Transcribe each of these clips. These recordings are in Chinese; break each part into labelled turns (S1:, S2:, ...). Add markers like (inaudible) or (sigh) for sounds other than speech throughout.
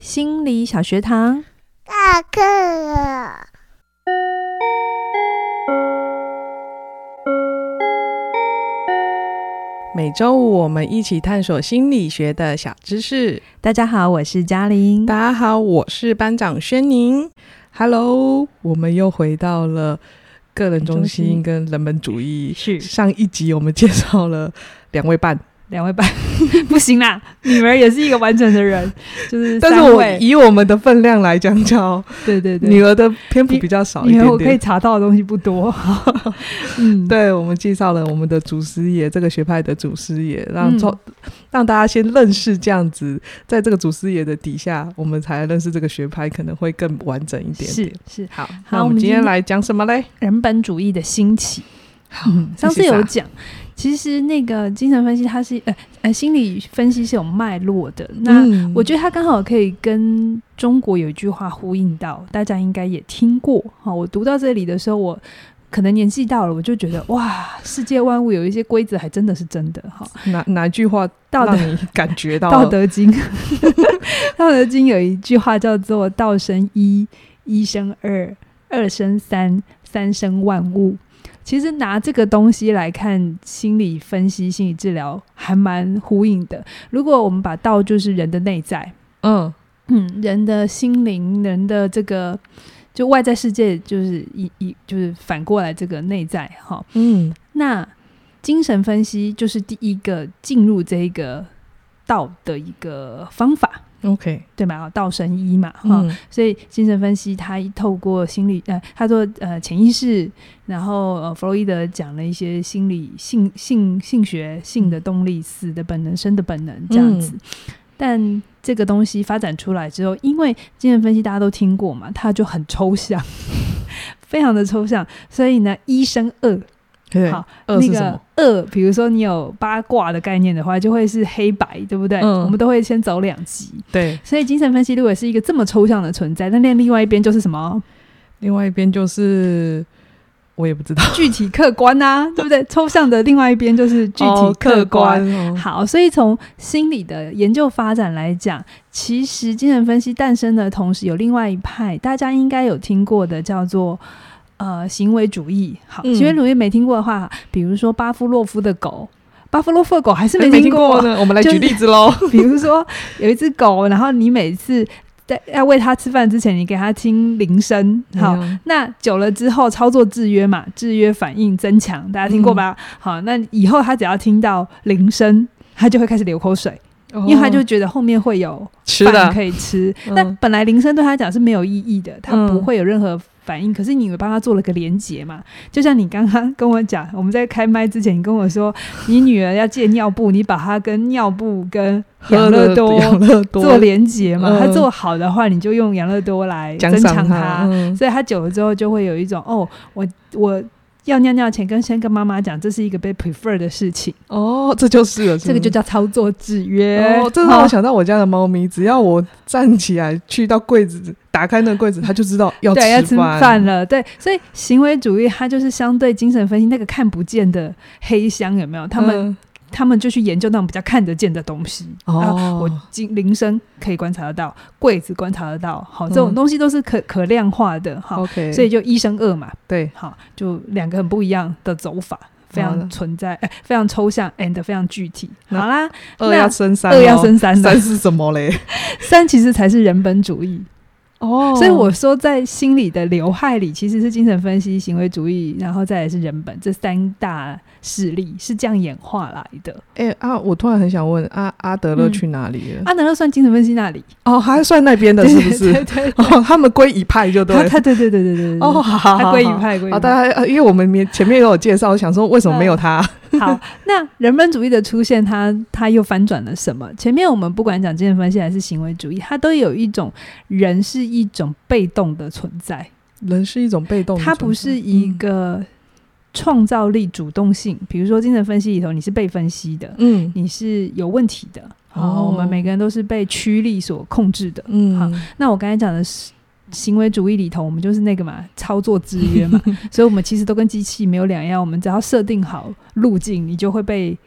S1: 心理小学堂。
S2: 下课了，
S3: 每周五我们一起探索心理学的小知识。
S1: 大家好，我是嘉玲
S3: 大。家好，我是班长轩宁。Hello，我们又回到了个人中
S1: 中心
S3: 心跟人本主义。
S1: 是
S3: 上一集我们介绍了两位半，
S1: 两位
S3: (laughs)
S1: 半，不行啦，女儿也是一个完整的人，就是
S3: 但是
S1: 三
S3: 我
S1: 位
S3: 以我们的分量来讲讲，
S1: 对对对，
S3: 女儿的篇幅比较少一
S1: 女儿我
S3: 点
S1: 可以
S3: 点。
S1: 查到的东西不
S3: (laughs)
S1: 多。嗯，
S3: 对，我们介绍了我们的祖师爷这个学派的祖师爷，让
S1: 嗯
S3: 从、让大家先认识这样子，在这个祖师爷的底下，我们才认识这个学派，可能会更完整一点
S1: 是
S3: 点。
S1: 是
S3: 好，
S1: 好
S3: 那我
S1: 我们
S3: 们今
S1: 今天
S3: 天来讲什么嘞？
S1: 人本主义的兴起。
S3: 好
S1: (laughs) 上次
S3: 谢 (laughs) 谢
S1: 有
S3: 莎
S1: 讲，其实那个精神分析它是呃呃心理分析是有脉络的。那、
S3: 嗯
S1: 我觉得它刚好可以跟中国有一句话呼应到，大家应该也听过哈、我读到这里的时候，我可能年纪到了，我就觉得哇，世界万物有一些规则还真的是真的哈、
S3: 哪哪句话
S1: 道德
S3: 让你感
S1: (laughs)
S3: 觉到
S1: 道
S3: 了
S1: 德经》，《道德经》有一句话叫做“道生一，一生二，二生三，三生万物”。其实拿这个东西来看心理分析、心理治疗，还蛮呼应的。如果我们把道就是人的内在，
S3: 嗯
S1: 嗯，人的心灵，人的这个就外在世界，就是以以就是反过来这个内在哈。
S3: 嗯
S1: 那精神分析就是第一个进入这个道的一个方法，
S3: 嗯，OK，
S1: 对吗？道生一嘛，哈、
S3: 嗯
S1: 所以精神分析它透过心理，呃，它做呃潜意识，然后呃弗洛伊德讲了一些心理性性性学性的动力、死的本能、生的本能这样子。
S3: 嗯
S1: 但这个东西发展出来之后，因为精神分析大家都听过嘛，它就很抽象， (laughs) 非常的抽象，所以呢，一生二，
S3: 对，
S1: 好，
S3: 二
S1: 那
S3: 是什么
S1: 个？二，比如说你有八卦的概念的话，就会是黑白，对不对？
S3: 嗯
S1: 我们都会先走两级。
S3: 对，
S1: 所以精神分析如果是一个这么抽象的存在，那另另外一边就是什么
S3: 另外一边就是我也不知道，
S1: 具体客观 (laughs) 啊，对不对？抽象的另外一边就是 (laughs) 具体
S3: 哦
S1: 客观。
S3: 哦
S1: 好，所以从心理的研究发展来讲，其实精神分析诞生的同时，有另外一派大家应该有听过的，叫做呃行为主义。好，
S3: 嗯
S1: 行为主义没听过的话，比如说巴夫洛夫的狗，巴夫洛夫的狗还是
S3: 哎
S1: 没
S3: 没
S1: 听过。啊
S3: 呢，我们来
S1: 就
S3: 举
S1: 是
S3: 例子喽。
S1: 比如说有一只狗，然后你每次在要喂它吃饭之前，你给它听铃声， (laughs) 好，
S3: 哎呀，
S1: 那久了之后，操作制约嘛，制约反应增强，大家听过吧？好，那以后他只要听到铃声，他就会开始流口水，因为他就
S3: (laughs) 哦
S1: 觉得后面会有
S3: 吃
S1: 饭
S3: 的，
S1: 可以吃。
S3: 嗯
S1: 那本来铃声对他讲是没有意义的，他
S3: 嗯
S1: 不会有任何反应。可是你有帮他做了个连结嘛？就像你刚刚跟我讲，我们在开麦之前，你跟我说你女儿要戒尿布，你把它跟尿布跟 (laughs) 养
S3: 喝
S1: 乐
S3: 了
S1: 多
S3: 养乐
S1: (laughs)
S3: 多
S1: 做连结嘛。
S3: 嗯
S1: 他做好的话，你就用养乐多来
S3: 奖
S1: 增
S3: 赏
S1: 强
S3: 他，嗯
S1: 所以他久了之后就会有一种哦，我我要尿尿前跟先跟妈妈讲，这是一个被 prefer 的事情，
S3: 哦，这就是了，是
S1: 这个
S3: 吗
S1: 就。叫操作制约。
S3: 哦，这让我
S1: 哎好
S3: 想到我家的猫咪，只要我站起来去到柜子，打开那个柜子，它就知道要
S1: 对，要吃
S3: 哦饭
S1: 饭。了。对，所以行为主义它就是相对精神分析那个看不见的黑箱有没有？他们、
S3: 嗯
S1: 他们就去研究那种比较看得见的东西。啊我
S3: 哦，
S1: 经铃声可以观察得到，柜子观察得到，好，这种
S3: 嗯
S1: 东西都是可可量化的，好，
S3: OK，
S1: 所以就一生二嘛，
S3: 对，
S1: 好，就两个很不一样的走法，非
S3: 好
S1: 常
S3: 的
S1: 存在，哎、非常抽象，and 非常具体。
S3: 那
S1: 好啦，
S3: 二
S1: 那
S3: 要升三，哦
S1: 二要，升三了，
S3: 三是什么嘞？
S1: (laughs) 三其实才是人本主义。
S3: 哦
S1: 所以我说，在心理的流派里，其实是精神分析、行为主义，然后再来是人本这三大势力是这样演化来的。
S3: 哎、啊，我突然很想问，阿、阿德
S1: 嗯
S3: 勒去哪里了？
S1: 阿德勒算精神分析那里，
S3: 哦，还算那边的，是不
S1: 啊对
S3: 是？
S1: 对对对
S3: (laughs) 哦，他们归一派就对
S1: 他他对对对对对对，
S3: 哦，
S1: 对，
S3: 好好
S1: 他
S3: 好，
S1: 归于派嗯归于
S3: 好，
S1: 派。
S3: 大家，呃因为我们面前面都有介绍，我想说为什么没有他？
S1: 好，那人本主义的出现它，它又翻转了什么？前面我们不管讲精神分析还是行为主义，它都有一种人是一种被动的存在，
S3: 人是一种被动的存在，
S1: 它不是一个创造力、主动性。比如说精神分析里头，你是被分析的，
S3: 嗯，
S1: 你是有问题的。好，
S3: 哦
S1: 我们每个人都是被驱力所控制的。
S3: 嗯
S1: 好
S3: 嗯，
S1: 那我刚才讲的是行为主义里头，我们就是那个嘛，操作制约
S3: (laughs)
S1: 嘛，所以我们其实都跟机器没有两样，我们只要设定好路径，你就会被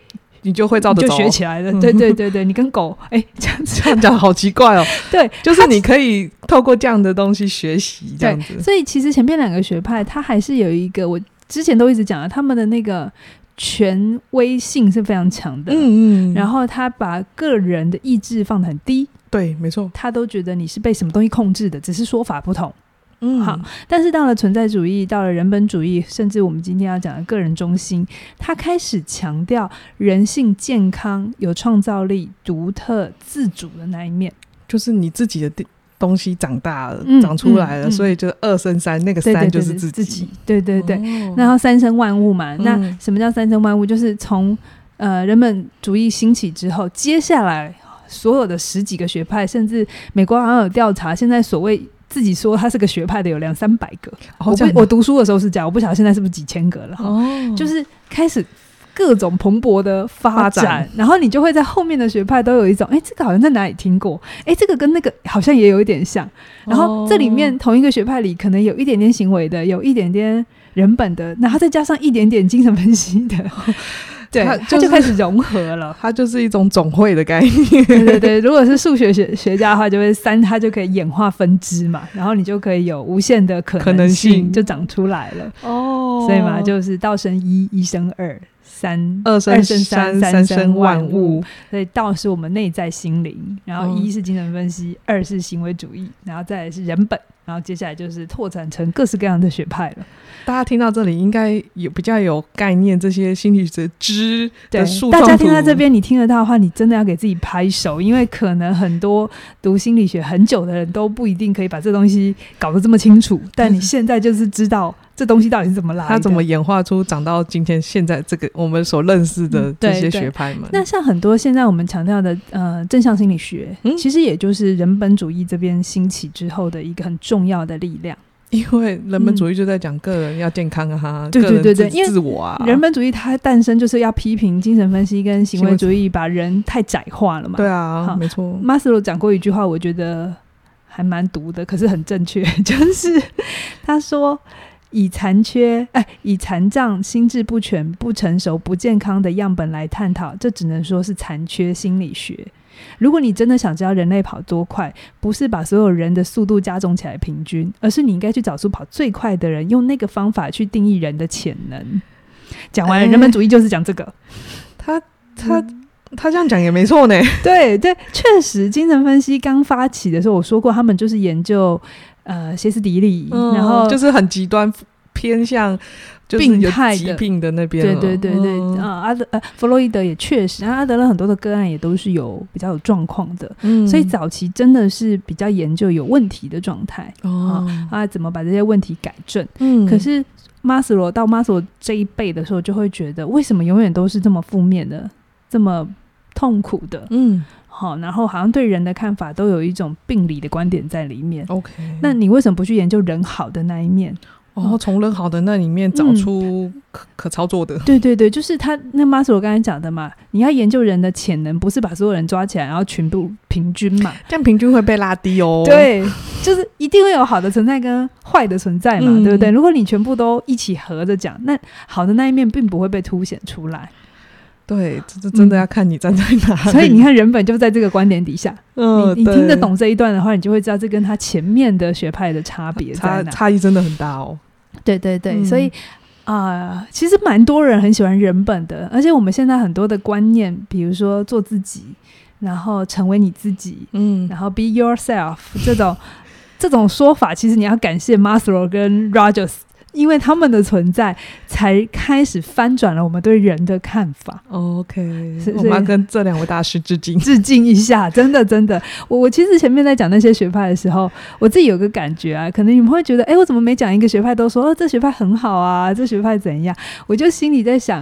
S3: 你就会照着
S1: 就
S3: 走。
S1: 学起来了。
S3: 嗯
S1: 对对对对，你跟狗 (laughs) 哎这样子，
S3: 这样 (laughs) 讲好奇怪哦，
S1: 对，
S3: 就是你可以透过这样的东西学习，这样子。
S1: 所以其实前面两个学派，它还是有一个我之前都一直讲了，他们的那个权威性是非常强的。
S3: 嗯嗯，
S1: 然
S3: 后
S1: 后他把个人的意志放得很低，
S3: 对，没错。
S1: 他都觉得你是被什么东西控制的，只是说法不同。
S3: 嗯
S1: 好，但是到了存在主义，到了人本主义，甚至我们今天要讲的个人中心，它开始强调人性健康、有创造力、独特自主的那一面。
S3: 就是你自己的地东西长大了，
S1: 嗯
S3: 长出来了，
S1: 嗯嗯
S3: 所以就二生三，那个
S1: 对对
S3: 三
S1: 对，
S3: 就是
S1: 对
S3: 自
S1: 自己，对对对。
S3: 哦
S1: 然后三生万物嘛，
S3: 嗯
S1: 那什么叫三生万物？就是从呃人本主义兴起之后，接下来所有的十几个学派，甚至美国好像有调查，现在所谓自己说它是个学派的有两三百个。我
S3: 好
S1: 不
S3: 像
S1: 我读书的时候是这样，我不晓得现在是不是几千个了哈。
S3: 哦，
S1: 就是是开始各种蓬勃的发
S3: 发
S1: 展，
S3: 展
S1: 然后你就会在后面的学派都有一种，哎，这个好像在哪里听过，哎，这个跟那个好像也有一点
S3: 哦
S1: 像。然后这里面同一个学派里，可能有一点点行为的，有一点点人本的，然后再加上一点点精神分析
S3: (laughs)
S1: 的，对，
S3: 它
S1: 它
S3: 就是
S1: 就开始融合
S3: (laughs)
S1: 了。
S3: 它就是一种总会的概念。
S1: 对对对，如果是数学学学家的话，就会三，它就可以演化分支嘛，然后你就可以有无限的可
S3: 可能性
S1: 就长出来了。
S3: (laughs) 哦
S1: 所以嘛，就是道生一，一生二，三
S3: 二生
S1: 生
S3: 三，
S1: 三
S3: 生
S1: 万
S3: 物。。
S1: 所以道是我们内在心灵，然后
S3: 嗯
S1: 一是精神分析，二是行为主义，然后再来是人本，然后接下来就是拓展成各式各样的学派了。
S3: 大家听到这里，应该也比较有概念，这些心理学知
S1: 对
S3: 的树，
S1: 大
S3: 状
S1: 家听
S3: 图
S1: 到这，边，你听得到的话，你真的要给自己拍手，因为可能很多读心理学很久的人都不一定可以把这东西搞得这么清楚，但
S3: (laughs)
S1: 你现在就是知道这东西到底是怎么来的，
S3: 它怎么演化出长到今天现在这个我们所认识的
S1: 嗯
S3: 这
S1: 对
S3: 些
S1: 对
S3: 学派们？
S1: 那像很多现在我们强调的呃正向心理学，
S3: 嗯
S1: 其实也就是人本主义这边兴起之后的一个很重要的力量。
S3: 因为人本主义就在讲个人要健康啊，哈
S1: 嗯对
S3: 个人
S1: 对对对
S3: 自
S1: 因为
S3: 自我啊，
S1: 人本主义它诞生就是要批评精神分析跟行为主义把人太窄化了嘛。
S3: 对啊，
S1: 好
S3: 没错，
S1: 马斯洛讲过一句话，我觉得还蛮毒的，可是很正确， (laughs) 就是他说。以残缺、哎，以残障、心智不全、不成熟、不健康的样本来探讨，这只能说是残缺心理学。如果你真的想知道人类跑多快，不是把所有人的速度加总起来平均，而是你应该去找出跑最快的人，用那个方法去定义人的潜能。讲完了，
S3: 哎
S1: 人本主义就是讲这个。
S3: 他他
S1: 嗯
S3: 他这样讲也没错呢，
S1: (laughs) 对对，确实，精神分析刚发起的时候，我说过他们就是研究呃歇斯底里，
S3: (laughs)
S1: 然后
S3: 嗯就是很极端偏向就是
S1: 病
S3: 有
S1: 态的
S3: 疾病的那边
S1: 对
S3: 了，
S1: 对对对，
S3: 嗯
S1: 啊、阿德呃弗洛伊德也确实，啊然后阿德勒很多的个案也都是有比较有状况的，
S3: 嗯
S1: 所以早期真的是比较研究有问题的状态
S3: 哦，
S1: 啊，怎么把这些问题改正。
S3: 嗯
S1: 可是马斯洛到马斯洛这一辈的时候，就会觉得为什么永远都是这么负面的，这么痛苦的，
S3: 嗯
S1: 好，然后好像对人的看法都有一种病理的观点在里面。
S3: ，OK，
S1: 那你为什么不去研究人好的那一面？
S3: 哦，嗯从人好的那里面找出可可操作的，
S1: 对对对，就是他那马斯洛刚才讲的嘛，你要研究人的潜能，不是把所有人抓起来然后全部平均嘛？
S3: 这样平均会被拉低哦，，
S1: 对，就是一定会有好的存在跟坏的存在嘛，
S3: 嗯
S1: 对不对？如果你全部都一起合着讲，那好的那一面并不会被凸显出
S3: (laughs)
S1: 来。
S3: 对，这这真
S1: 嗯
S3: 的要看你站在哪里，
S1: 所以你，看，人本就在这个观点底下，
S3: (laughs) 嗯，
S1: 你你听得
S3: 对。
S1: 懂这一段的话，你就会知道这跟他前面的学派的差别在
S3: 差
S1: 哪。
S3: 差异真的很大哦，
S1: 对对对，
S3: 嗯
S1: 所以啊、其实蛮多人很喜欢人本的，而且我们现在很多的观念，比如说做自己，然后成为你自己，
S3: 嗯，
S1: 然后 be yourself 这种这种说法，其实你要感谢 Maslow 跟 Rogers，因为他们的存在，才开始翻转了我们对人的看法。
S3: OK，
S1: 所以
S3: 我们要跟这两位大师致敬。
S1: 致敬一下，真的真的，我我其实前面在讲那些学派的时候，我自己有个感觉啊，可能你们会觉得，哎，我怎么每讲一个学派都说，哦，这学派很好啊，这学派怎样？我就心里在想，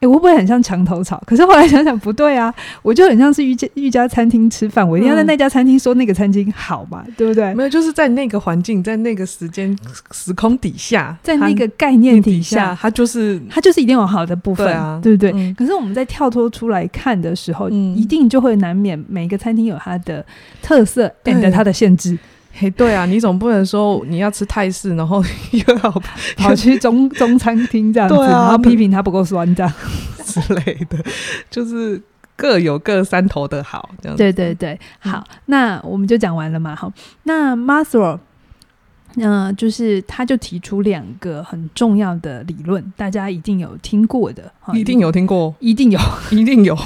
S1: 哎，我会不会很像墙头草？可是后来想想不对啊，我就很像是一家一家餐厅吃饭，我一定要在那家餐厅说那个餐厅好嘛，对不对？
S3: (laughs) 嗯没有，就是在那个环境，在那个时间时空底下，
S1: 在
S3: 它
S1: 那个概念底
S3: 下，
S1: 下，
S3: 它就是
S1: 它就是一定有好的部分，
S3: 对啊
S1: 对不对？
S3: 嗯
S1: 可是我们在跳脱出来看的时候，
S3: 嗯
S1: 一定就会难免每个餐厅有它的特色
S3: 对
S1: and 它的限制。
S3: 嘿，对啊，你总不能说你要吃泰式，然后 (laughs) 又要
S1: (laughs) 跑去中中餐厅这样子，
S3: 对啊
S1: 然后批评它不够酸这样。
S3: 之类的，就是各有各山头的好，这样子。
S1: 对对对，好，那我们就讲完了嘛。好，那 Maslow，嗯、就是他就提出两个很重要的理论，大家一定有听过的，哈
S3: 一定有听过，
S1: 一定有。
S3: 啊
S1: (laughs)
S3: 一定有。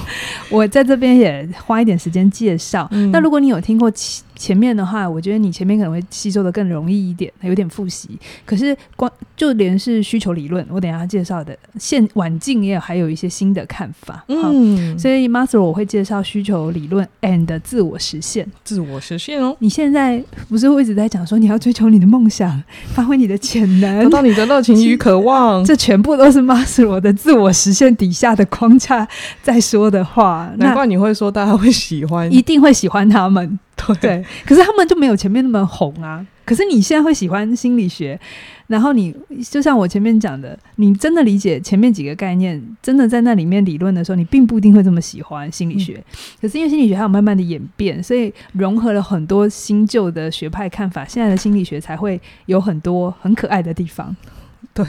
S1: 我在这边也花一点时间介绍。
S3: 嗯
S1: 那如果你有听过前前面的话，我觉得你前面可能会吸收的更容易一点，有点复习。可是光就连是需求理论，我等一下要介绍的，现晚近也有还有一些新的看法。好，
S3: 嗯，
S1: 所以 Maslow 我会介绍需求理论 and 自我实现。
S3: 自我实现哦，
S1: 你现在不是会一直在讲说你要追求你的梦想， (laughs) 发挥你的潜
S3: 得
S1: 能，
S3: 到你的热情与渴
S1: (laughs)
S3: 望。
S1: 这全部都是 Maslow 的自我实现底下的框架在说的话。
S3: 难
S1: 那
S3: 怪你会说大家会喜欢，
S1: 一定会喜欢他们，
S3: (laughs) 对
S1: (laughs) 对。可是他们就没有前面那么红啊。可是你现在会喜欢心理学，然后你就像我前面讲的，你真的理解前面几个概念，真的在那里面理论的时候，你并不一定会这么喜欢心理学。可是因为心理学它有慢慢的演变，所以融合了很多新旧的学派看法，现在的心理学才会有很多很可爱的地方。 (laughs)
S3: 对，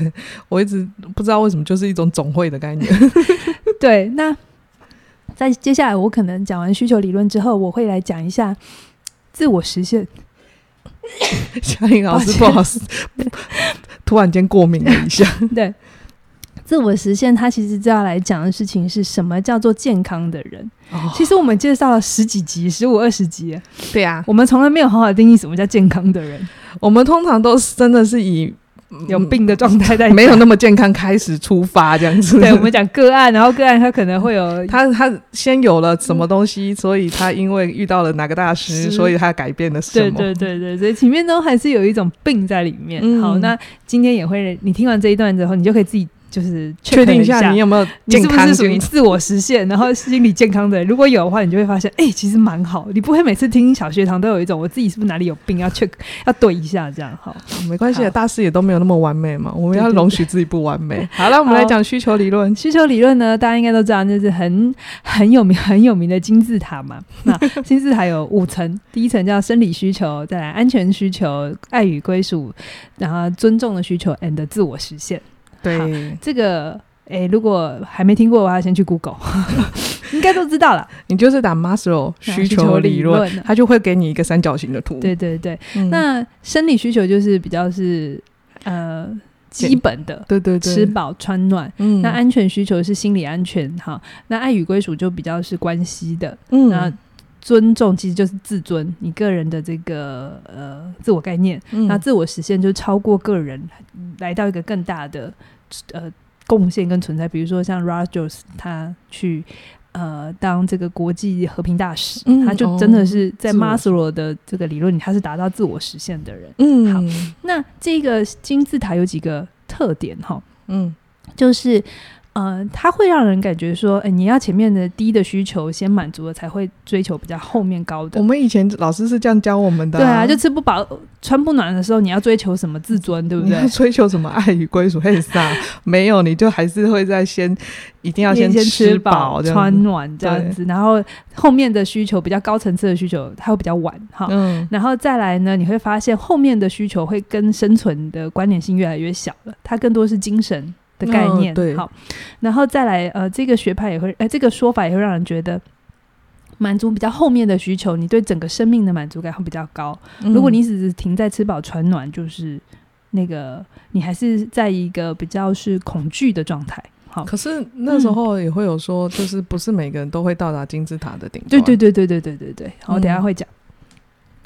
S3: 我一直不知道为什么，就是一种总会的概念。
S1: (laughs) 对，那在接下来我可能讲完需求理论之后，我会来讲一下自我实现
S3: 夏令老师不
S1: 抱歉
S3: 好
S1: (laughs)
S3: 意思，突然间过敏了一下。
S1: 对，自我实现，它其实就要来讲的事情是什么叫做健康的人。
S3: 哦，
S1: 其实我们介绍了十几集、十五二十集，
S3: 对啊，
S1: 我们从来没有好好定义什么叫健康的人，
S3: 我们通常都是真的是以嗯
S1: 有病的状态在讲
S3: 没有。那么健康开始出发这样子。
S1: 对，我们讲个案，然后个案它可能会有
S3: (laughs) 他他先有了什么东西，所以他因为遇到了哪个大
S1: 嗯
S3: 师，
S1: 是
S3: 所以他改变了什
S1: 对
S3: 么？
S1: 对对对，所以前面都还是有一种病在里面。
S3: 嗯
S1: 好，那今天也会，你听完这一段之后，你就可以自己就是
S3: 确
S1: check
S3: 定
S1: 一
S3: 一下你有没有
S1: 你
S3: 健
S1: 是不
S3: 康
S1: 是属于自我实现，然后心理健康的人？如果有的话，你就会发现，哎、其实蛮好。你不会每次听小学堂都有一种我自己是不是哪里有病要 check 要对一下这样哈。 (laughs)
S3: 没关系
S1: 好
S3: 的，大师也都没有那么完美嘛，我们
S1: 对
S3: 要
S1: 对
S3: 容许自己不完美。好了，我们
S1: 好
S3: 来讲需求理论。
S1: 需求理论呢，大家应该都知道，就是很很有名很有名的金字塔嘛。那金字塔有五层， (laughs) 第一层叫生理需求，再来安全需求、爱与归属，然后尊重的需求 and 自我实现。好
S3: 对，
S1: 这个。哎，如果还没听过的话，先去 Google，应该都知道了。
S3: 你就是打 Maslow 需求理
S1: 需
S3: 论，
S1: 求理论
S3: 它就会给你一个三角形的图。
S1: 对对对，
S3: 嗯，
S1: 那生理需求就是比较是呃基本的，
S3: 对对对，
S1: 吃饱穿暖。
S3: 嗯，
S1: 那安全需求是心理安全哈，那爱与归属就比较是关系的。
S3: 嗯
S1: 那尊重其实就是自尊，你个人的这个呃自我概念。
S3: 嗯
S1: 那自我实现就超过个人，来到一个更大的呃贡献跟存在。比如说像 Rogers 他去呃当这个国际和平大使，
S3: 嗯
S1: 他就真的
S3: 哦
S1: 是在
S3: 自我
S1: Maslow 的这个理论里，他是达到自我实现的人。好
S3: 嗯
S1: 那这个金字塔有几个特点哈，
S3: 嗯
S1: 就是。呃，它会让人感觉说，哎、你要前面的低的需求先满足了，才会追求比较后面高的
S3: 我。们以前老师是这样教我们的、
S1: 对啊，就吃不饱、穿不暖的时候，你要追求什么自尊，对不
S3: 你 (laughs)
S1: 对
S3: 要？追求什么爱与归属？嘿
S1: (laughs)
S3: 撒，没有，你就还是会在先，一定要
S1: 你先
S3: 吃
S1: 饱、
S3: 这样
S1: 穿
S3: 子。
S1: 暖这样子，然后后面的需求比较高层次的需求，它会比较晚哈。
S3: 嗯，
S1: 然后再来呢，你会发现后面的需求会跟生存的关联性越来越小了，它更多是精神的概念。
S3: 嗯对
S1: 好，然后再来，呃，这个学派也会，呃，这个说法也会让人觉得。满足比较后面的需求，你对整个生命的满足感会比较高。
S3: 嗯
S1: 如果你只是停在吃饱穿暖，就是那个你还是在一个比较是恐惧的状态。好，
S3: 可是那时候也会有说，就是不是每个人都会到达金字塔的顶端。
S1: 对对对对对对对对。好，我等一下
S3: 嗯
S1: 会讲。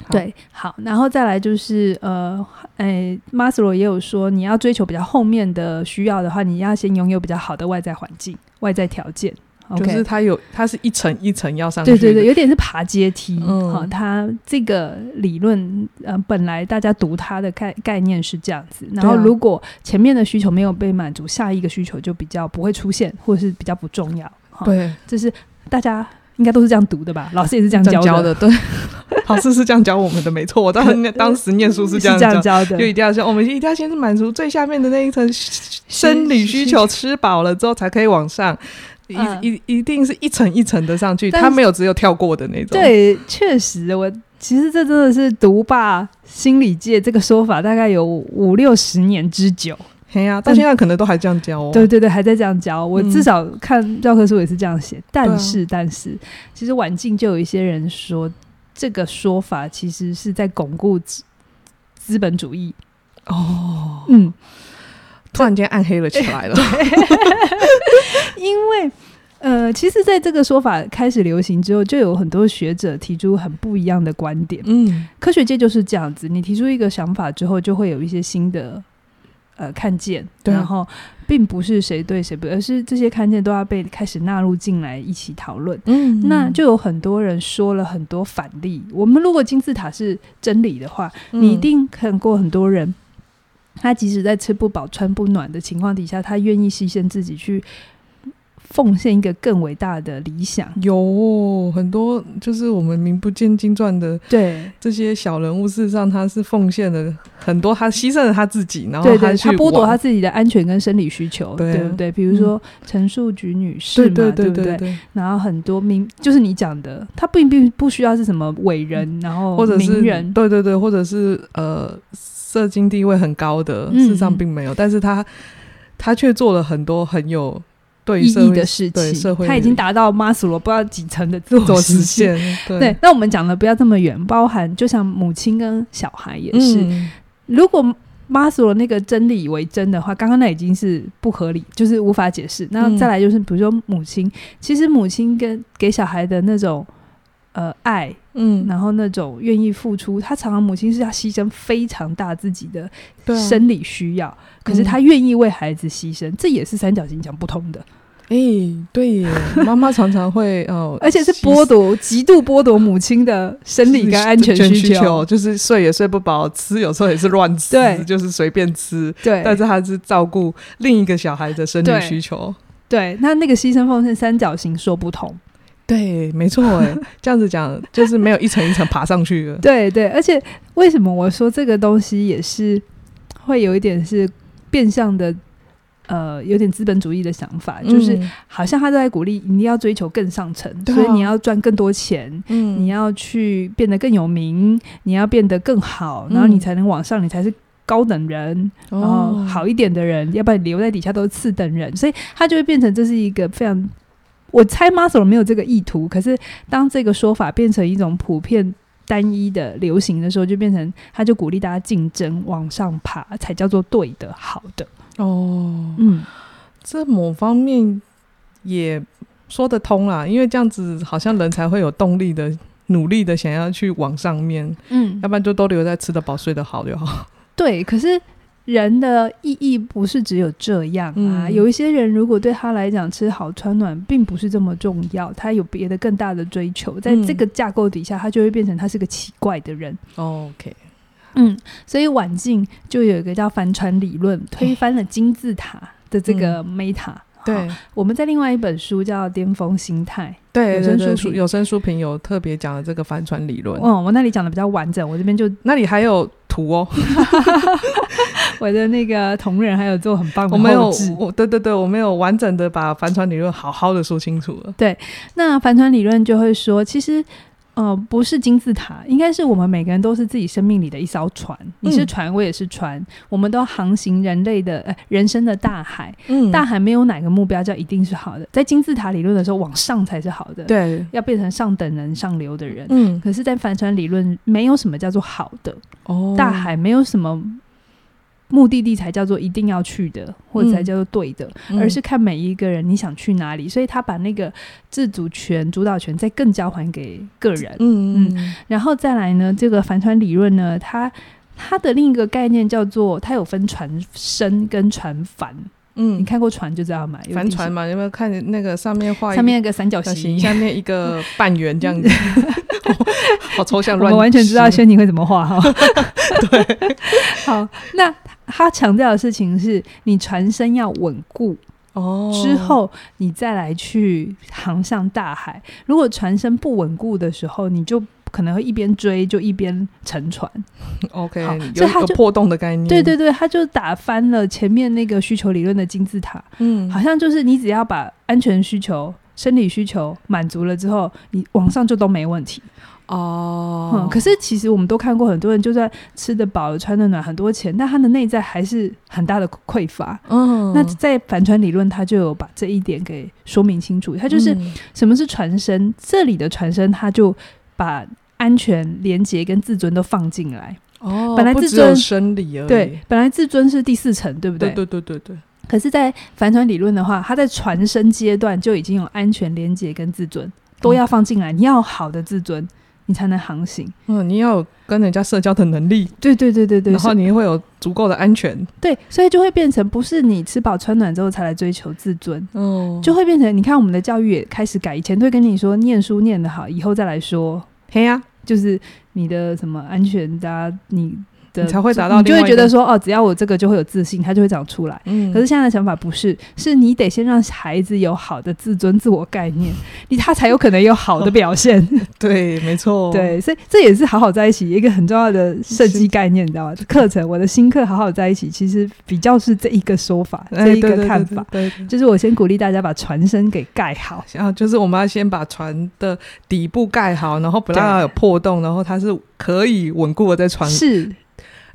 S3: 好，
S1: 对，好，然后再来就是呃，哎，马斯洛也有说，你要追求比较后面的需要的话，你要先拥有比较好的外在环境、外在条件。OK，
S3: 就是它有，它是一层一层要上去
S1: 对对
S3: 的。
S1: 对，有点是爬阶梯。
S3: 嗯
S1: 好、它这个理论呃，本来大家读它的概概念是这样子，然后
S3: 对啊
S1: 如果前面的需求没有被满足，下一个需求就比较不会出现，或者是比较不重要。好，
S3: 对
S1: 这是大家应该都是这样读的吧？老师也是这样
S3: 这
S1: 教
S3: 样教
S1: 的，
S3: (laughs) 的，对，老师是这样教我们的，没错。我当时当时念书是这样
S1: 这
S3: 教
S1: 样。教的，
S3: 就一定要先，我们一定要先是满足最下面的那一层生理需求，吃饱了之后才可以往上，一
S1: 嗯
S3: 一一定是一层一层的上去，
S1: 但
S3: 它
S1: 是
S3: 没有只有跳过的那种。，
S1: 对，确实，我其实这真的是独霸心理界这个说法，大概有五六十年之久。
S3: 嘿呀、到现在可能都还这样教哦。
S1: 对对对，还在这样教。我
S3: 嗯
S1: 至少看教科书也是这样写。
S3: 对啊
S1: 但是，但是，其实晚近就有一些人说，这个说法其实是在巩固资资本主义。
S3: 哦，
S1: 嗯，
S3: 突然间暗黑了起来了。
S1: 因为。呃，其实，在这个说法开始流行之后，就有很多学者提出很不一样的观点。
S3: 嗯，
S1: 科学界就是这样子，你提出一个想法之后，就会有一些新的呃看见，
S3: 对啊
S1: 然后并不是谁对谁不对，而是这些看见都要被开始纳入进来一起讨论。
S3: 嗯
S1: 那就有很多人说了很多反例。我们如果金字塔是真理的话，
S3: 嗯
S1: 你一定看过很多人，他即使在吃不饱、穿不暖的情况底下，他愿意牺牲自己去奉献一个更伟大的理想。
S3: 有哦很多，就是我们名不见经传的
S1: 对，
S3: 这些小人物，事实上他是奉献了很多，他牺牲了他自己，然后
S1: 对对，
S3: 去
S1: 他剥夺
S3: 玩
S1: 他自己的安全跟生理需求，
S3: 对啊
S1: 对不对？比如说陈树菊女士
S3: 对
S1: 嘛，
S3: 对
S1: 不
S3: 对
S1: 对？然后很多名，就是你讲的，他并并不需要是什么伟人，然后
S3: 或者是
S1: 哦名人，
S3: 对对对，或者是呃，社经地位很高的，
S1: 嗯
S3: 事实上并没有，但是他他却做了很多很有对于
S1: 意
S3: 社
S1: 义
S3: 会
S1: 的事
S3: 对社
S1: 情，
S3: 会
S1: 他已经达到马斯洛不知道几层的自
S3: 做
S1: 我
S3: 实
S1: 实现。
S3: 现，对
S1: 对，那我们讲的不要这么远，包含就像母亲跟小孩也是，
S3: 嗯
S1: 如果马斯洛那个真理为真的话，刚刚那已经是不合理，就是无法解释。那
S3: 嗯
S1: 再来就是，比如说母亲，其实母亲跟给小孩的那种呃爱，
S3: 嗯，
S1: 然后那种愿意付出，她常常母亲是要牺牲非常大自己的
S3: 对啊，嗯
S1: 生理需要，可是她愿意为孩子牺牲，这也是三角形讲不通的，
S3: 哎、对耶，妈妈常常会哦，
S1: (laughs) 而且是剥夺极度剥夺母亲的生理跟安全
S3: 需
S1: 需求。
S3: 求，就是睡也睡不饱，吃有时候也是乱吃，
S1: 对
S3: 就是随便吃。
S1: 对，
S3: 但是他是照顾另一个小孩的生理
S1: 对
S3: 需求，
S1: 对，那那个牺牲奉献三角形说不通。
S3: 对，没错，哎， (laughs) 这样子讲就是没有一层一层爬上 (laughs) 去的，
S1: 对对，而且为什么我说这个东西也是会有一点是变相的，呃，有点资本主义的想法，就是
S3: 嗯
S1: 好像他都在鼓励你要追求更上层，
S3: 对啊
S1: 所以你要赚更多钱。
S3: 嗯
S1: 你要去变得更有名，你要变得更好，然后
S3: 嗯
S1: 你才能往上，你才是高等人，
S3: 哦
S1: 然后哦好一点的人，要不然留在底下都是次等人，所以他就会变成这是一个非常，我猜 Muscle 没有这个意图，可是当这个说法变成一种普遍单一的流行的时候，就变成他就鼓励大家竞争往上爬，才叫做对的、好的。
S3: 哦，
S1: 嗯，
S3: 这某方面也说得通啦，因为这样子好像人才会有动力的。努力的想要去往上面，
S1: 嗯
S3: 要不然就都留在吃得饱、睡得好就好。
S1: 对，可是人的意义不是只有这样啊，
S3: 嗯
S1: 有一些人如果对他来讲吃好穿暖并不是这么重要，他有别的更大的追求，在
S3: 嗯
S1: 这个架构底下，他就会变成他是个奇怪的人。
S3: OK，
S1: 嗯，所以晚近就有一个叫帆船理论，推翻了金字塔的这个 meta、
S3: 嗯对
S1: 好，我们在另外一本书叫《巅峰心态
S3: 对
S1: 有
S3: 对
S1: 声
S3: 对，
S1: 书
S3: 书
S1: 评
S3: 有声书评有特别讲了这个帆船理》。论，
S1: 嗯，我那里讲的比较完整，我这边就
S3: 那里还有图哦，
S1: 我的那个同仁还有做很棒的
S3: (laughs) 我没有
S1: 后置，
S3: 我对对对，我没有完整的把帆船理论好好的说清楚了。
S1: 那帆船理论就会说，其实。呃，不是金字塔，应该是我们每个人都是自己生命里的一艘船。你是
S3: 嗯
S1: 船，我也是船，我们都航行人类的、呃、人生的大海。
S3: 嗯
S1: 大海没有哪个目标叫一定是好的，在金字塔理论的时候，往上才是好的。
S3: 对，
S1: 要变成上等人、上流的人。
S3: 嗯，
S1: 可是，在帆船理论，没有什么叫做好的，
S3: 哦，
S1: 大海没有什么目的地才叫做一定要去的，或者才叫做对的，
S3: 嗯，
S1: 而是看每一个人你想去哪里。所以，他把那个自主权、主导权再更交还给个人。
S3: 嗯嗯
S1: 然后再来呢，这个帆船理论呢，它它的另一个概念叫做，它有分船身跟船帆。
S3: 嗯，
S1: 你看过船就知道嘛，有
S3: 帆
S1: 地
S3: 船
S1: 形
S3: 嘛，有没有看那个上面画一
S1: 上面有个三角
S3: 个
S1: 形
S3: 形，。下面一个
S1: (laughs)
S3: 半圆这样子， (laughs) 哦好抽象
S1: 我
S3: 乱形，
S1: 们完全知道轩宁会怎么画
S3: (laughs)
S1: 哈。对， (laughs) 好，那他强调的事情是你船身要稳固
S3: 哦
S1: 之后，你再来去航向大海。如果船身不稳固的时候，你就。可能会一边追就一边沉船，
S3: OK，
S1: 好
S3: 有
S1: 所以
S3: 一
S1: 它
S3: 个
S1: 就
S3: 破洞的概念，
S1: 对对，对，他就打翻了前面那个需求理论的金字塔，
S3: 嗯，
S1: 好像就是你只要把安全需求、生理需求满足了之后，你往上就都没问题。
S3: 哦
S1: 嗯，可是其实我们都看过很多人，就算吃得饱、穿得暖、很多钱，但他的内在还是很大的匮乏。
S3: 嗯
S1: 那在反传理论，他就有把这一点给说明清楚。他就是
S3: 嗯
S1: 什么是传声，这里的传声，他就把安全、廉洁跟自尊都放进来。
S3: 哦，
S1: 本来
S3: 不
S1: 自
S3: 只有
S1: 尊
S3: 生理而已，
S1: 对，本来自尊是第四层，对不
S3: 对对对对对，
S1: 可是，在反传理论的话，它在传声阶段就已经有安全、廉洁跟自尊都要放进来。你要有好的自尊，你才能航行。
S3: 嗯，你要有跟人家社交的能力，
S1: 对对对对对，
S3: 然后
S1: 所以
S3: 你会有足够的安全，
S1: 对，所以就会变成不是你吃饱穿暖之后才来追求自尊，
S3: 嗯，
S1: 就会变成你看我们的教育也开始改，以前都会跟你说念书念得好，以后再来说，
S3: 嘿呀，
S1: 就是你的什么安全的啊、你的
S3: 你才会达到
S1: 你就会
S3: 另外一
S1: 觉得
S3: 个
S1: 说哦，只要我这个就会有自信，它就会长出来。
S3: 嗯，
S1: 可是现在的想法不是，是你得先让孩子有好的自尊、自我概念，你他才有可能有好的表现。
S3: 对，没错，，
S1: 对，所以这也是好好在一起一个很重要的设计概念，你知道吗？课程我的新课好好在一起，其实比较是这一个说法，
S3: 哎
S1: 这一
S3: 对
S1: 个
S3: 对
S1: 看
S3: 对
S1: 法。
S3: 对对
S1: 就是我先鼓励大家把船身给盖好，
S3: 然后就是我们要先把船的底部盖好，然后不让它有破洞，然后它是可以稳固的在船
S1: 是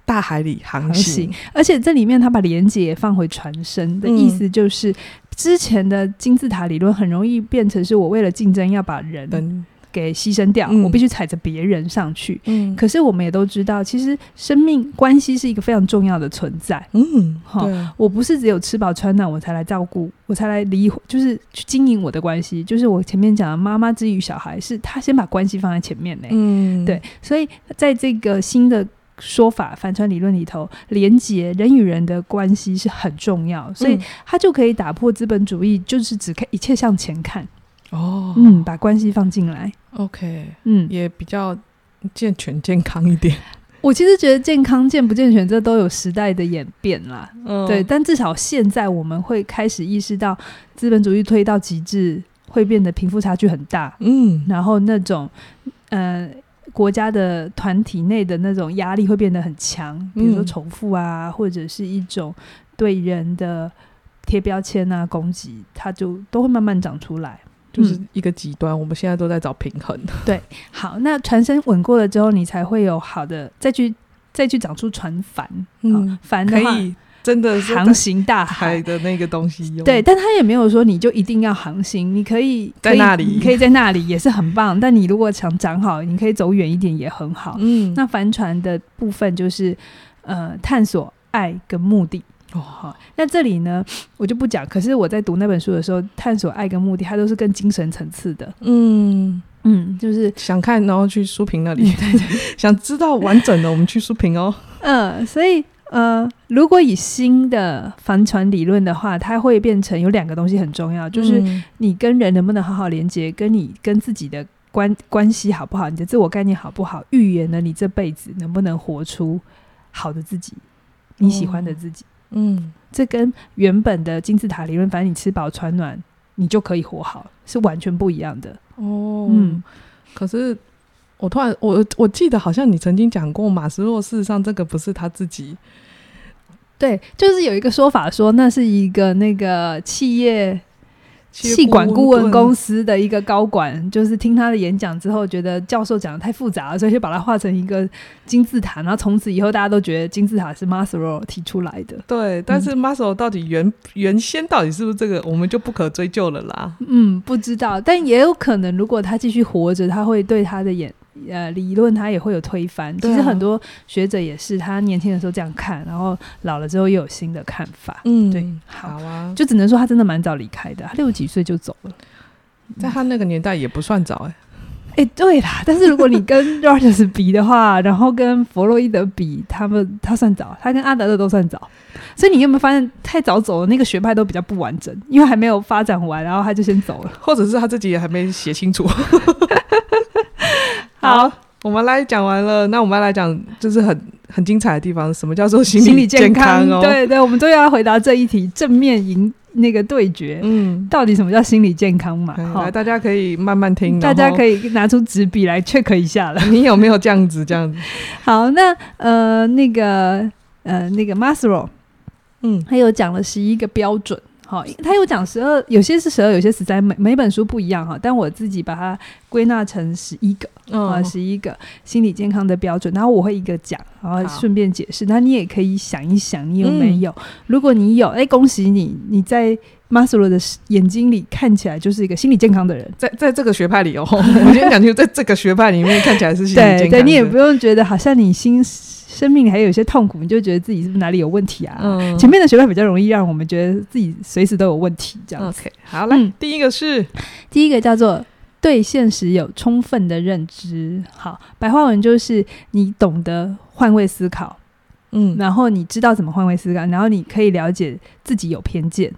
S3: 大海里航
S1: 航
S3: 行
S1: 行。，而且这里面他把连接也放回船身的意思，
S3: 嗯
S1: 就是、之前的金字塔理论很容易变成是我为了竞争要把人
S3: 等，
S1: 给牺牲掉，
S3: 嗯
S1: 我必须踩着别人上去。
S3: 嗯
S1: 可是我们也都知道，其实生命关系是一个非常重要的存在。
S3: 嗯，
S1: 哈
S3: 对啊，
S1: 我不是只有吃饱穿暖我才来照顾，我才来离，就是去经营我的关系。就是我前面讲的妈妈之于小孩，是她先把关系放在前面呢、
S3: 嗯，
S1: 对，所以在这个新的说法反传理论里头，连接人与人的关系是很重要，所以
S3: 嗯
S1: 它就可以打破资本主义，就是只看一切向前看，
S3: 哦，
S1: 嗯，把关系放进来，
S3: ，OK，
S1: 嗯。
S3: 也比较健全健康一点。
S1: 我其实觉得健康健不健全，这都有时代的演变啦。
S3: 嗯
S1: 对，但至少现在我们会开始意识到，资本主义推到极致会变得贫富差距很大，
S3: 嗯，
S1: 然后那种呃国家的团体内的那种压力会变得很强，比如说
S3: 嗯
S1: 仇富啊，或者是一种对人的贴标签啊、攻击，它就都会慢慢长出来。
S3: 就是
S1: 嗯
S3: 一个极端，我们现在都在找平衡。
S1: 好，那船身稳过了之后，你才会有好的再去再去长出船帆，
S3: 嗯
S1: 嗯，帆
S3: 可
S1: 的话
S3: 以真的是
S1: 航行大
S3: 海
S1: 海。
S3: 的那个东西用。
S1: 对，，但他也没有说你就一定要航行，你可以
S3: 在
S1: 可以
S3: 那里
S1: 你可以在那里也是很棒。但你如果想长好，你可以走远一点也很好。
S3: 嗯，
S1: 那帆船的部分就是呃探索爱跟目的。
S3: 哦，
S1: 好，那这里呢我就不讲。可是我在读那本书的时候，探索爱跟目的，它都是更精神层次的。
S3: 嗯，
S1: 嗯，就是
S3: 想看然后去书评那里， (laughs) 想知道完整的，我们去书评哦。
S1: 嗯、呃所以呃，如果以新的帆船理论的话，它会变成有两个东西很重要，就是
S3: 嗯
S1: 你跟人能不能好好连接，跟你跟自己的。关关系好不好？你的自我概念好不好？预言了你这辈子能不能活出好的自己，你喜欢的
S3: 哦
S1: 自己。
S3: 嗯
S1: 这跟原本的金字塔理论，反正你吃饱穿暖，你就可以活好，是完全不一样的。
S3: 哦
S1: 嗯，
S3: 可是我突然我我记得好像你曾经讲过马斯洛，事实上这个不是他自己，
S1: 对，就是有一个说法说，那是一个那个企业气管顾问公
S3: 司
S1: 司的一个高管，就是听他的演讲之后，觉得教授讲的太复杂了，所以就把它画成一个金字塔，然后从此以后大家都觉得金字塔是 Maslow 提出来的。
S3: 对，但是马斯洛到底原原先到底是不是这个，我们就不可追究了啦。
S1: 嗯，不知道，但也有可能，如果他继续活着，他会对他的演呃理论，他也会有推翻。
S3: 对
S1: 其
S3: 啊
S1: 实很多学者也是，他年轻的时候这样看，然后老了之后又有新的看法。
S3: 嗯
S1: 对
S3: 好
S1: 好
S3: 啊，
S1: 就只能说他真的蛮早离开的，他六十几岁就走了。
S3: 在他那个年代也不算早哎、 (laughs)
S1: 哎、对啦，但是如果你跟 (laughs) Rogers 比的话，然后跟弗洛伊德比，他们他算早，他跟阿德勒都算早。所以你有没有发现，太早走的那个学派都比较不完整，因为还没有发展完，然后他就先走了。
S3: 或者是他自己也还没写清楚。 (laughs)
S1: 好，
S3: 我们来讲完了，那我们来讲就是很很精彩的地方，什么叫做心
S1: 心理
S3: 健
S1: 健
S3: 哦？，
S1: 对对，我们终于要回答这一题，正面迎那个对决，
S3: 嗯，
S1: 到底什么叫心理健康嘛？
S3: 哎
S1: 哈
S3: 来，，大家可以慢慢听，哦
S1: 大家可
S3: 以，
S1: 以拿出纸笔来 check 一下了。
S3: 你有没有这样子这
S1: (laughs)
S3: 样子？
S1: 好，那呃那个呃那个 Maslow
S3: 嗯
S1: 他有讲了十一个标准。好，他有讲十二，有些是十二，有些十三，每每本书不一样哈。但我自己把它归纳成十一个啊，
S3: 嗯，
S1: 十一、个心理健康的标准。然后我会一个讲，然后
S3: 好嗯
S1: 顺便解释。那你也可以想一想，你有没有？如果你有，哎，恭喜你，你在马斯洛的眼睛里看起来就是一个心理健康的人。
S3: 在在这个学派里哦， (laughs) 我先讲清楚，在这个学派里面看起来是心理健
S1: 对
S3: 康
S1: 对，
S3: 的
S1: 你也不用觉得好像你心生命里还有一些痛苦，你就觉得自己是不是哪里有问题啊？
S3: 嗯
S1: 前面的学派比较容易让我们觉得自己随时都有问题，这样子。
S3: OK，好来、
S1: 嗯
S3: 第一个是
S1: 第一个叫做对现实有充分的认知。好，白话文就是你懂得换位思考，
S3: 嗯，
S1: 然后你知道怎么换位思考，然后你可以了解自己有偏见。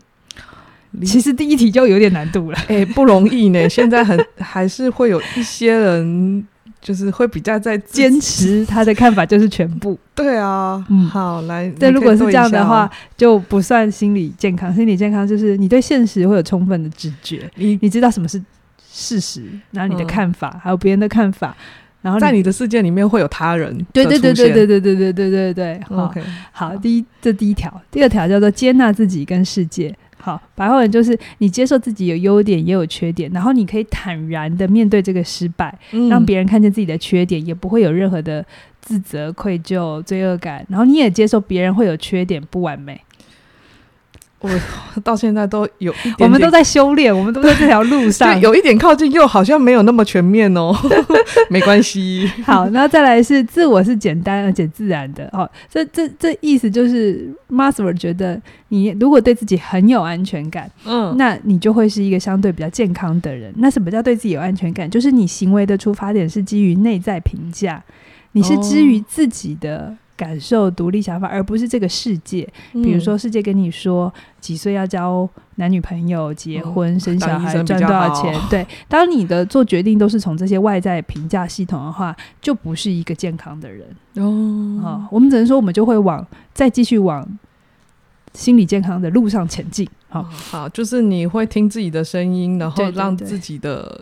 S3: 理
S1: 其实第一题就有点难度了，
S3: 哎、不容易呢，现在很 (laughs) 还是会有一些人就是会比较在自
S1: 坚持他的看法就是全部。
S3: 对啊，
S1: 嗯
S3: 好来，
S1: 但
S3: 你
S1: 如
S3: 可以
S1: 果是这
S3: 对一
S1: 样
S3: 下
S1: 的
S3: 哦
S1: 话，，就不算心理健康。心理健康就是你对现实会有充分的知觉，
S3: 你
S1: 你知道什么是事实，然后你的
S3: 嗯
S1: 看法，还有别人的看法，然后
S3: 在你的世界里面会有他人
S1: 对对对对对
S3: 对
S1: 对对对对对对，好。
S3: ，OK，
S1: 好，第一这第一条，第二条叫做接纳自己跟世界。好，白话文就是你接受自己有优点也有缺点，然后你可以坦然的面对这个失败，
S3: 嗯
S1: 让别人看见自己的缺点，也不会有任何的自责、愧疚、罪恶感。然后你也接受别人会有缺点、不完美。
S3: 人到现在都有一点
S1: 我们都
S3: 点
S1: 在修炼，我们都在这条路上
S3: 就。有一点靠近，又好像没有那么全面
S1: (laughs)
S3: 哦，没关系，
S1: 好，然后再来是自我是简单而且自然的。好，这这这意思就是 Maslow 觉得你如果对自己很有安全感。
S3: (laughs) 嗯，
S1: 那你就会是一个相对比较健康的人。那什么叫对自己有安全感？就是你行为的出发点是基于内在评价，你是基于自己的感受、独立想法，而不是这个世界。
S3: 嗯
S1: 比如说，世界跟你说几岁要交男女朋友、结婚、生小
S3: 哦当医
S1: 孩、
S3: 生比
S1: 赚
S3: 较
S1: 多少
S3: 好
S1: 钱。对，当你的做决定都是从这些外在评价系统的话，就不是一个健康的人。
S3: 嗯
S1: 啊、
S3: 哦，
S1: 我们只能说，我们就会往再继续往心理健康的路上前进。哦好、
S3: 好，就是你会听自己的声音，然
S1: 对
S3: 后
S1: 对
S3: 让
S1: 对
S3: 自己的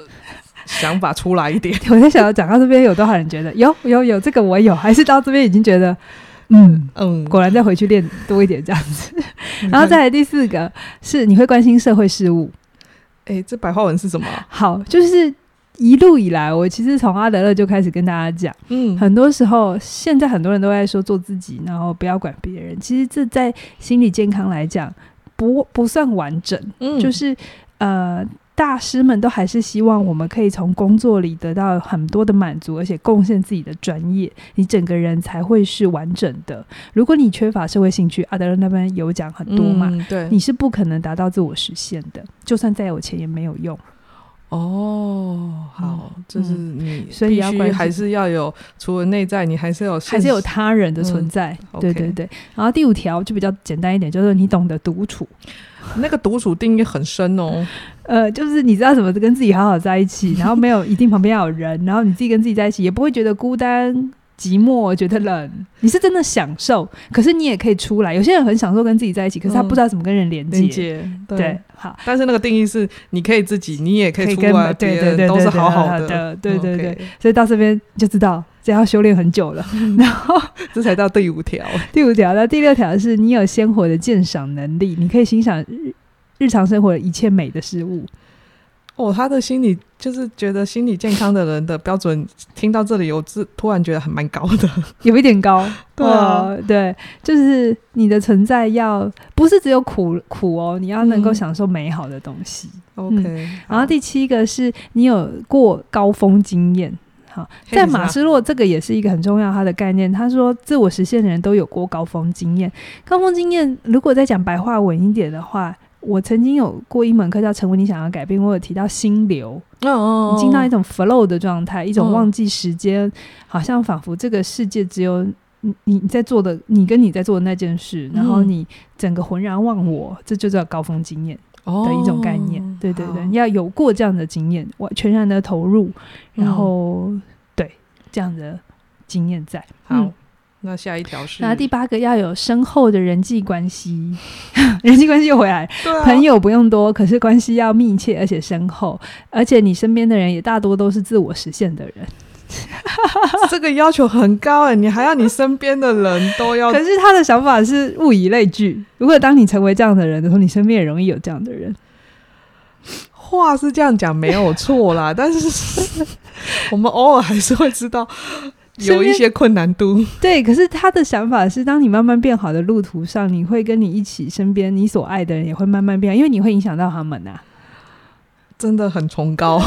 S3: 想法出来一点。
S1: 我在想要讲到这边，有多少人觉得有有有这个我有，还是到这边已经觉得 (laughs) 嗯，
S3: 嗯，
S1: 果然再回去练多一点这样子。
S3: (laughs) 你看
S1: 然后再来第四个是你会关心社会事务，
S3: 哎，这白话文是什么啊？
S1: 好，就是。一路以来，我其实从阿德勒就开始跟大家讲，
S3: 嗯，
S1: 很多时候现在很多人都在说做自己，然后不要管别人。其实这在心理健康来讲，不不算完整，
S3: 嗯
S1: 就是呃，大师们都还是希望我们可以从工作里得到很多的满足，而且贡献自己的专业，你整个人才会是完整的。如果你缺乏社会兴趣，阿德勒那边有讲很多嘛，
S3: 嗯对，
S1: 你是不可能达到自我实现的，就算再有钱也没有用。
S3: 哦，好，就是你，
S1: 嗯所以要关
S3: 必须
S1: 心
S3: 还是要有，除了内在，你还是有现
S1: (laughs)
S3: 实，
S1: 还是有他人的存在，
S3: 嗯
S1: 对
S3: OK
S1: 对对。然后第五条就比较简单一点，就是你懂得独处，
S3: 那个独处定义很深哦。
S1: 呃，就是你知道怎么跟自己好好在一起，然后没有一定旁边要有人，然后你自己跟自己在一起也不会觉得孤单、寂寞、觉得冷，你是真的享受。可是你也可以出来，有些人很享受跟自己在一起，可是他
S3: 嗯
S1: 不知道怎么跟人连接。
S3: 连接
S1: 对，，好，
S3: 但是那个定义是你可以自己，你也可以出
S1: 跟
S3: 来，
S1: 对
S3: 别
S1: 对对
S3: 人都是
S1: 对
S3: 好好的。
S1: 的，对对对。
S3: OK，
S1: 所以到这边就知道这要修炼很久了。然后
S3: 这才到第五条。
S1: 第五条，那第六条是你有鲜活的鉴赏能力，你可以欣赏日日常生活的一切美的事物。
S3: 哦，他的心理就是觉得心理健康的人的标准，听到这里，我自突然觉得还蛮高的。
S1: 有一点高，
S3: 对啊
S1: 哦对，就是你的存在要不是只有苦苦哦，你要能够
S3: 嗯
S1: 享受美好的东西。
S3: OK，好
S1: 嗯然后第七个是你有过高峰经验。好，
S3: 嘿
S1: 在
S3: 是
S1: 马
S3: 吧
S1: 斯洛这个也是一个很重要他的概念。他说，自我实现的人都有过高峰经验。高峰经验，如果再讲白话文一点的话，我曾经有过一门课叫《成为你想要改变》，我有提到心流，
S3: 嗯嗯，
S1: 你进到一种 flow 的状态，一种
S3: 嗯
S1: 忘记时间，好像仿佛这个世界只有你你在做的，你跟你在做的那件事，然后
S3: 嗯
S1: 你整个浑然忘我，这就叫高峰经验的
S3: 的
S1: 一种概念。对对对，
S3: 哦好
S1: 你要有过这样的经验，我全然的投入，然后、对这样的经验在。嗯
S3: 好，那下一条是
S1: 那第八个要有深厚的人际关 (laughs) 系，人际关系又回来了，
S3: 对啊
S1: 朋友不用多，可是关系要密切而且深厚，而且你身边的人也大多都是自我实现的人。
S3: (laughs) 这个要求很高哎、你还要你身边的人都要
S1: 可是他的想法是物以类聚。如果当你成为这样的人的时候，你身边也容易有这样的人。
S3: 话是这样讲没有错
S1: (laughs)
S3: 啦，但是 (laughs) 我们偶尔还是会知道有一些困难度。
S1: 对，可是他的想法是，当你慢慢变好的路途上，你会跟你一起身边你所爱的人也会慢慢变好，因为你会影响到他们呐、啊
S3: 真的很崇高。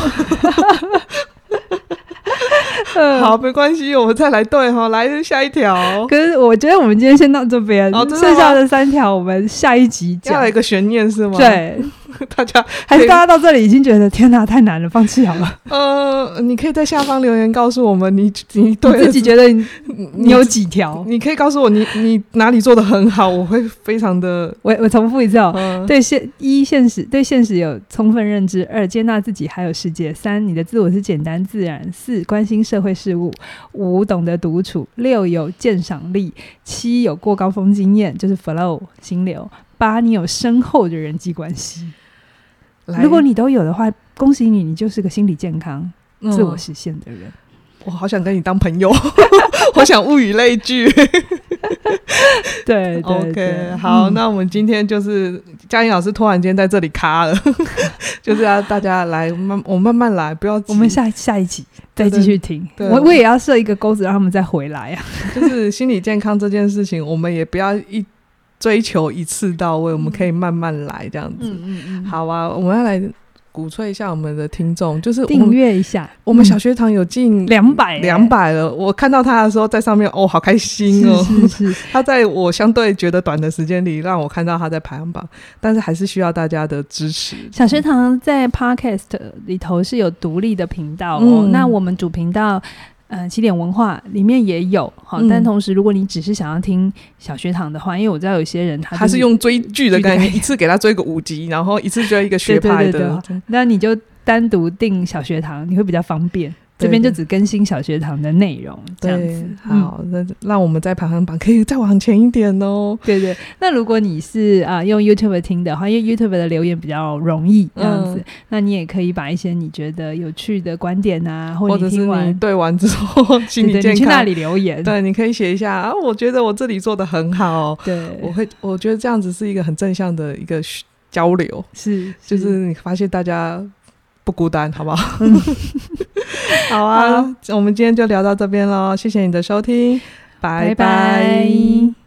S1: 嗯
S3: (laughs) (laughs) 好，没关系，我们再来对哈，来下一条，
S1: 可是我觉得我们今天先到这边，
S3: 哦真的吗
S1: 剩下的三条我们下一集
S3: 要
S1: 讲
S3: 来一。个悬念是吗？，
S1: 对，
S3: (laughs) 大家
S1: 还是大家到这里已经觉得天哪，太难了，放弃好了。
S3: 呃，你可以在下方留言告诉我们你你 (laughs) 对
S1: 你
S3: 了
S1: 自己觉得你
S3: 你
S1: 你有几条？
S3: 你可以告诉我你你哪里做的很好，我会非常的
S1: 我我重复一次哦。
S3: 嗯、
S1: 对现一现实对现实有充分认知；二接纳自己还有世界；三你的自我是简单自然；四关心社会事务；五懂得独处；六有鉴赏力；七有过高峰经验，就是 flow 心流；八你有深厚的人际关系。
S3: 来
S1: 如果你都有的话，恭喜你，你就是个心理健康、自我
S3: 嗯
S1: 实现的人。
S3: 我好想跟你当朋友， (laughs) 我想物以类聚。
S1: 对对
S3: OK，
S1: 对，
S3: 好，
S1: 嗯
S3: 那我们今天就是嘉颖老师突然间在这里卡了， (laughs) 就是要大家来慢，我慢慢来，不要急
S1: 我们下下一集再
S3: 对对
S1: 继续听。
S3: 对
S1: 我我也要设一个钩子，让他们再回来啊。
S3: 就是心理健康这件事情，我们也不要一追求一次到位，我们可以慢慢来这样子。
S1: 嗯嗯，
S3: 好啊，我们要来鼓吹一下我们的听众，就是我
S1: 订
S3: 们
S1: 阅一下。
S3: 我
S1: 嗯
S3: 们小学堂有近
S1: 两百
S3: 两百了，我看到他的时候在上面，哦，好开心哦！
S1: (laughs) 是
S3: (laughs)
S1: 是是，
S3: 他在我相对觉得短的时间里，让我看到他在排行榜，但是还是需要大家的支持。
S1: 小学堂在 Podcast 里头是有独立的频道哦。
S3: 嗯
S1: 那我们主频道。呃，起点文化里面也有好，
S3: 嗯
S1: 但同时，如果你只是想要听小学堂的话，因为我知道有些人他、
S3: 他是用追剧的
S1: 剧的概
S3: 概念，
S1: 念
S3: 一次给他追个五集，然后一次追一个学派
S1: 对对
S3: 的
S1: 对，那你就单独订小学堂，你会比较方便。这边
S3: 对
S1: 就
S3: 对
S1: 只更新小学堂的内容，这样子。嗯
S3: 好，那让我们在排行榜可以再往前一点哦。
S1: (laughs) 对对，那如果你是啊、用 YouTube 听的话，因为 YouTube 的留言比较容易这样子，
S3: 嗯
S1: 那你也可以把一些你觉得有趣的观点啊，或
S3: 或
S1: 你
S3: 者
S1: 听
S3: 是
S1: 完
S3: 你对完之后心理
S1: 对对
S3: 健
S1: 你去那
S3: 康，
S1: 里留言，
S3: 对，你可以写一下啊，我觉得我这里做的很好，我
S1: 对，
S3: 会，我觉得这样子是一个很正向的一个交流，
S1: 是
S3: 就是你发现大家不孤单，好不好？
S1: 嗯
S3: 好啊，我们今天就聊到这边喽，谢谢你的收听，
S1: 拜
S3: 拜
S1: 拜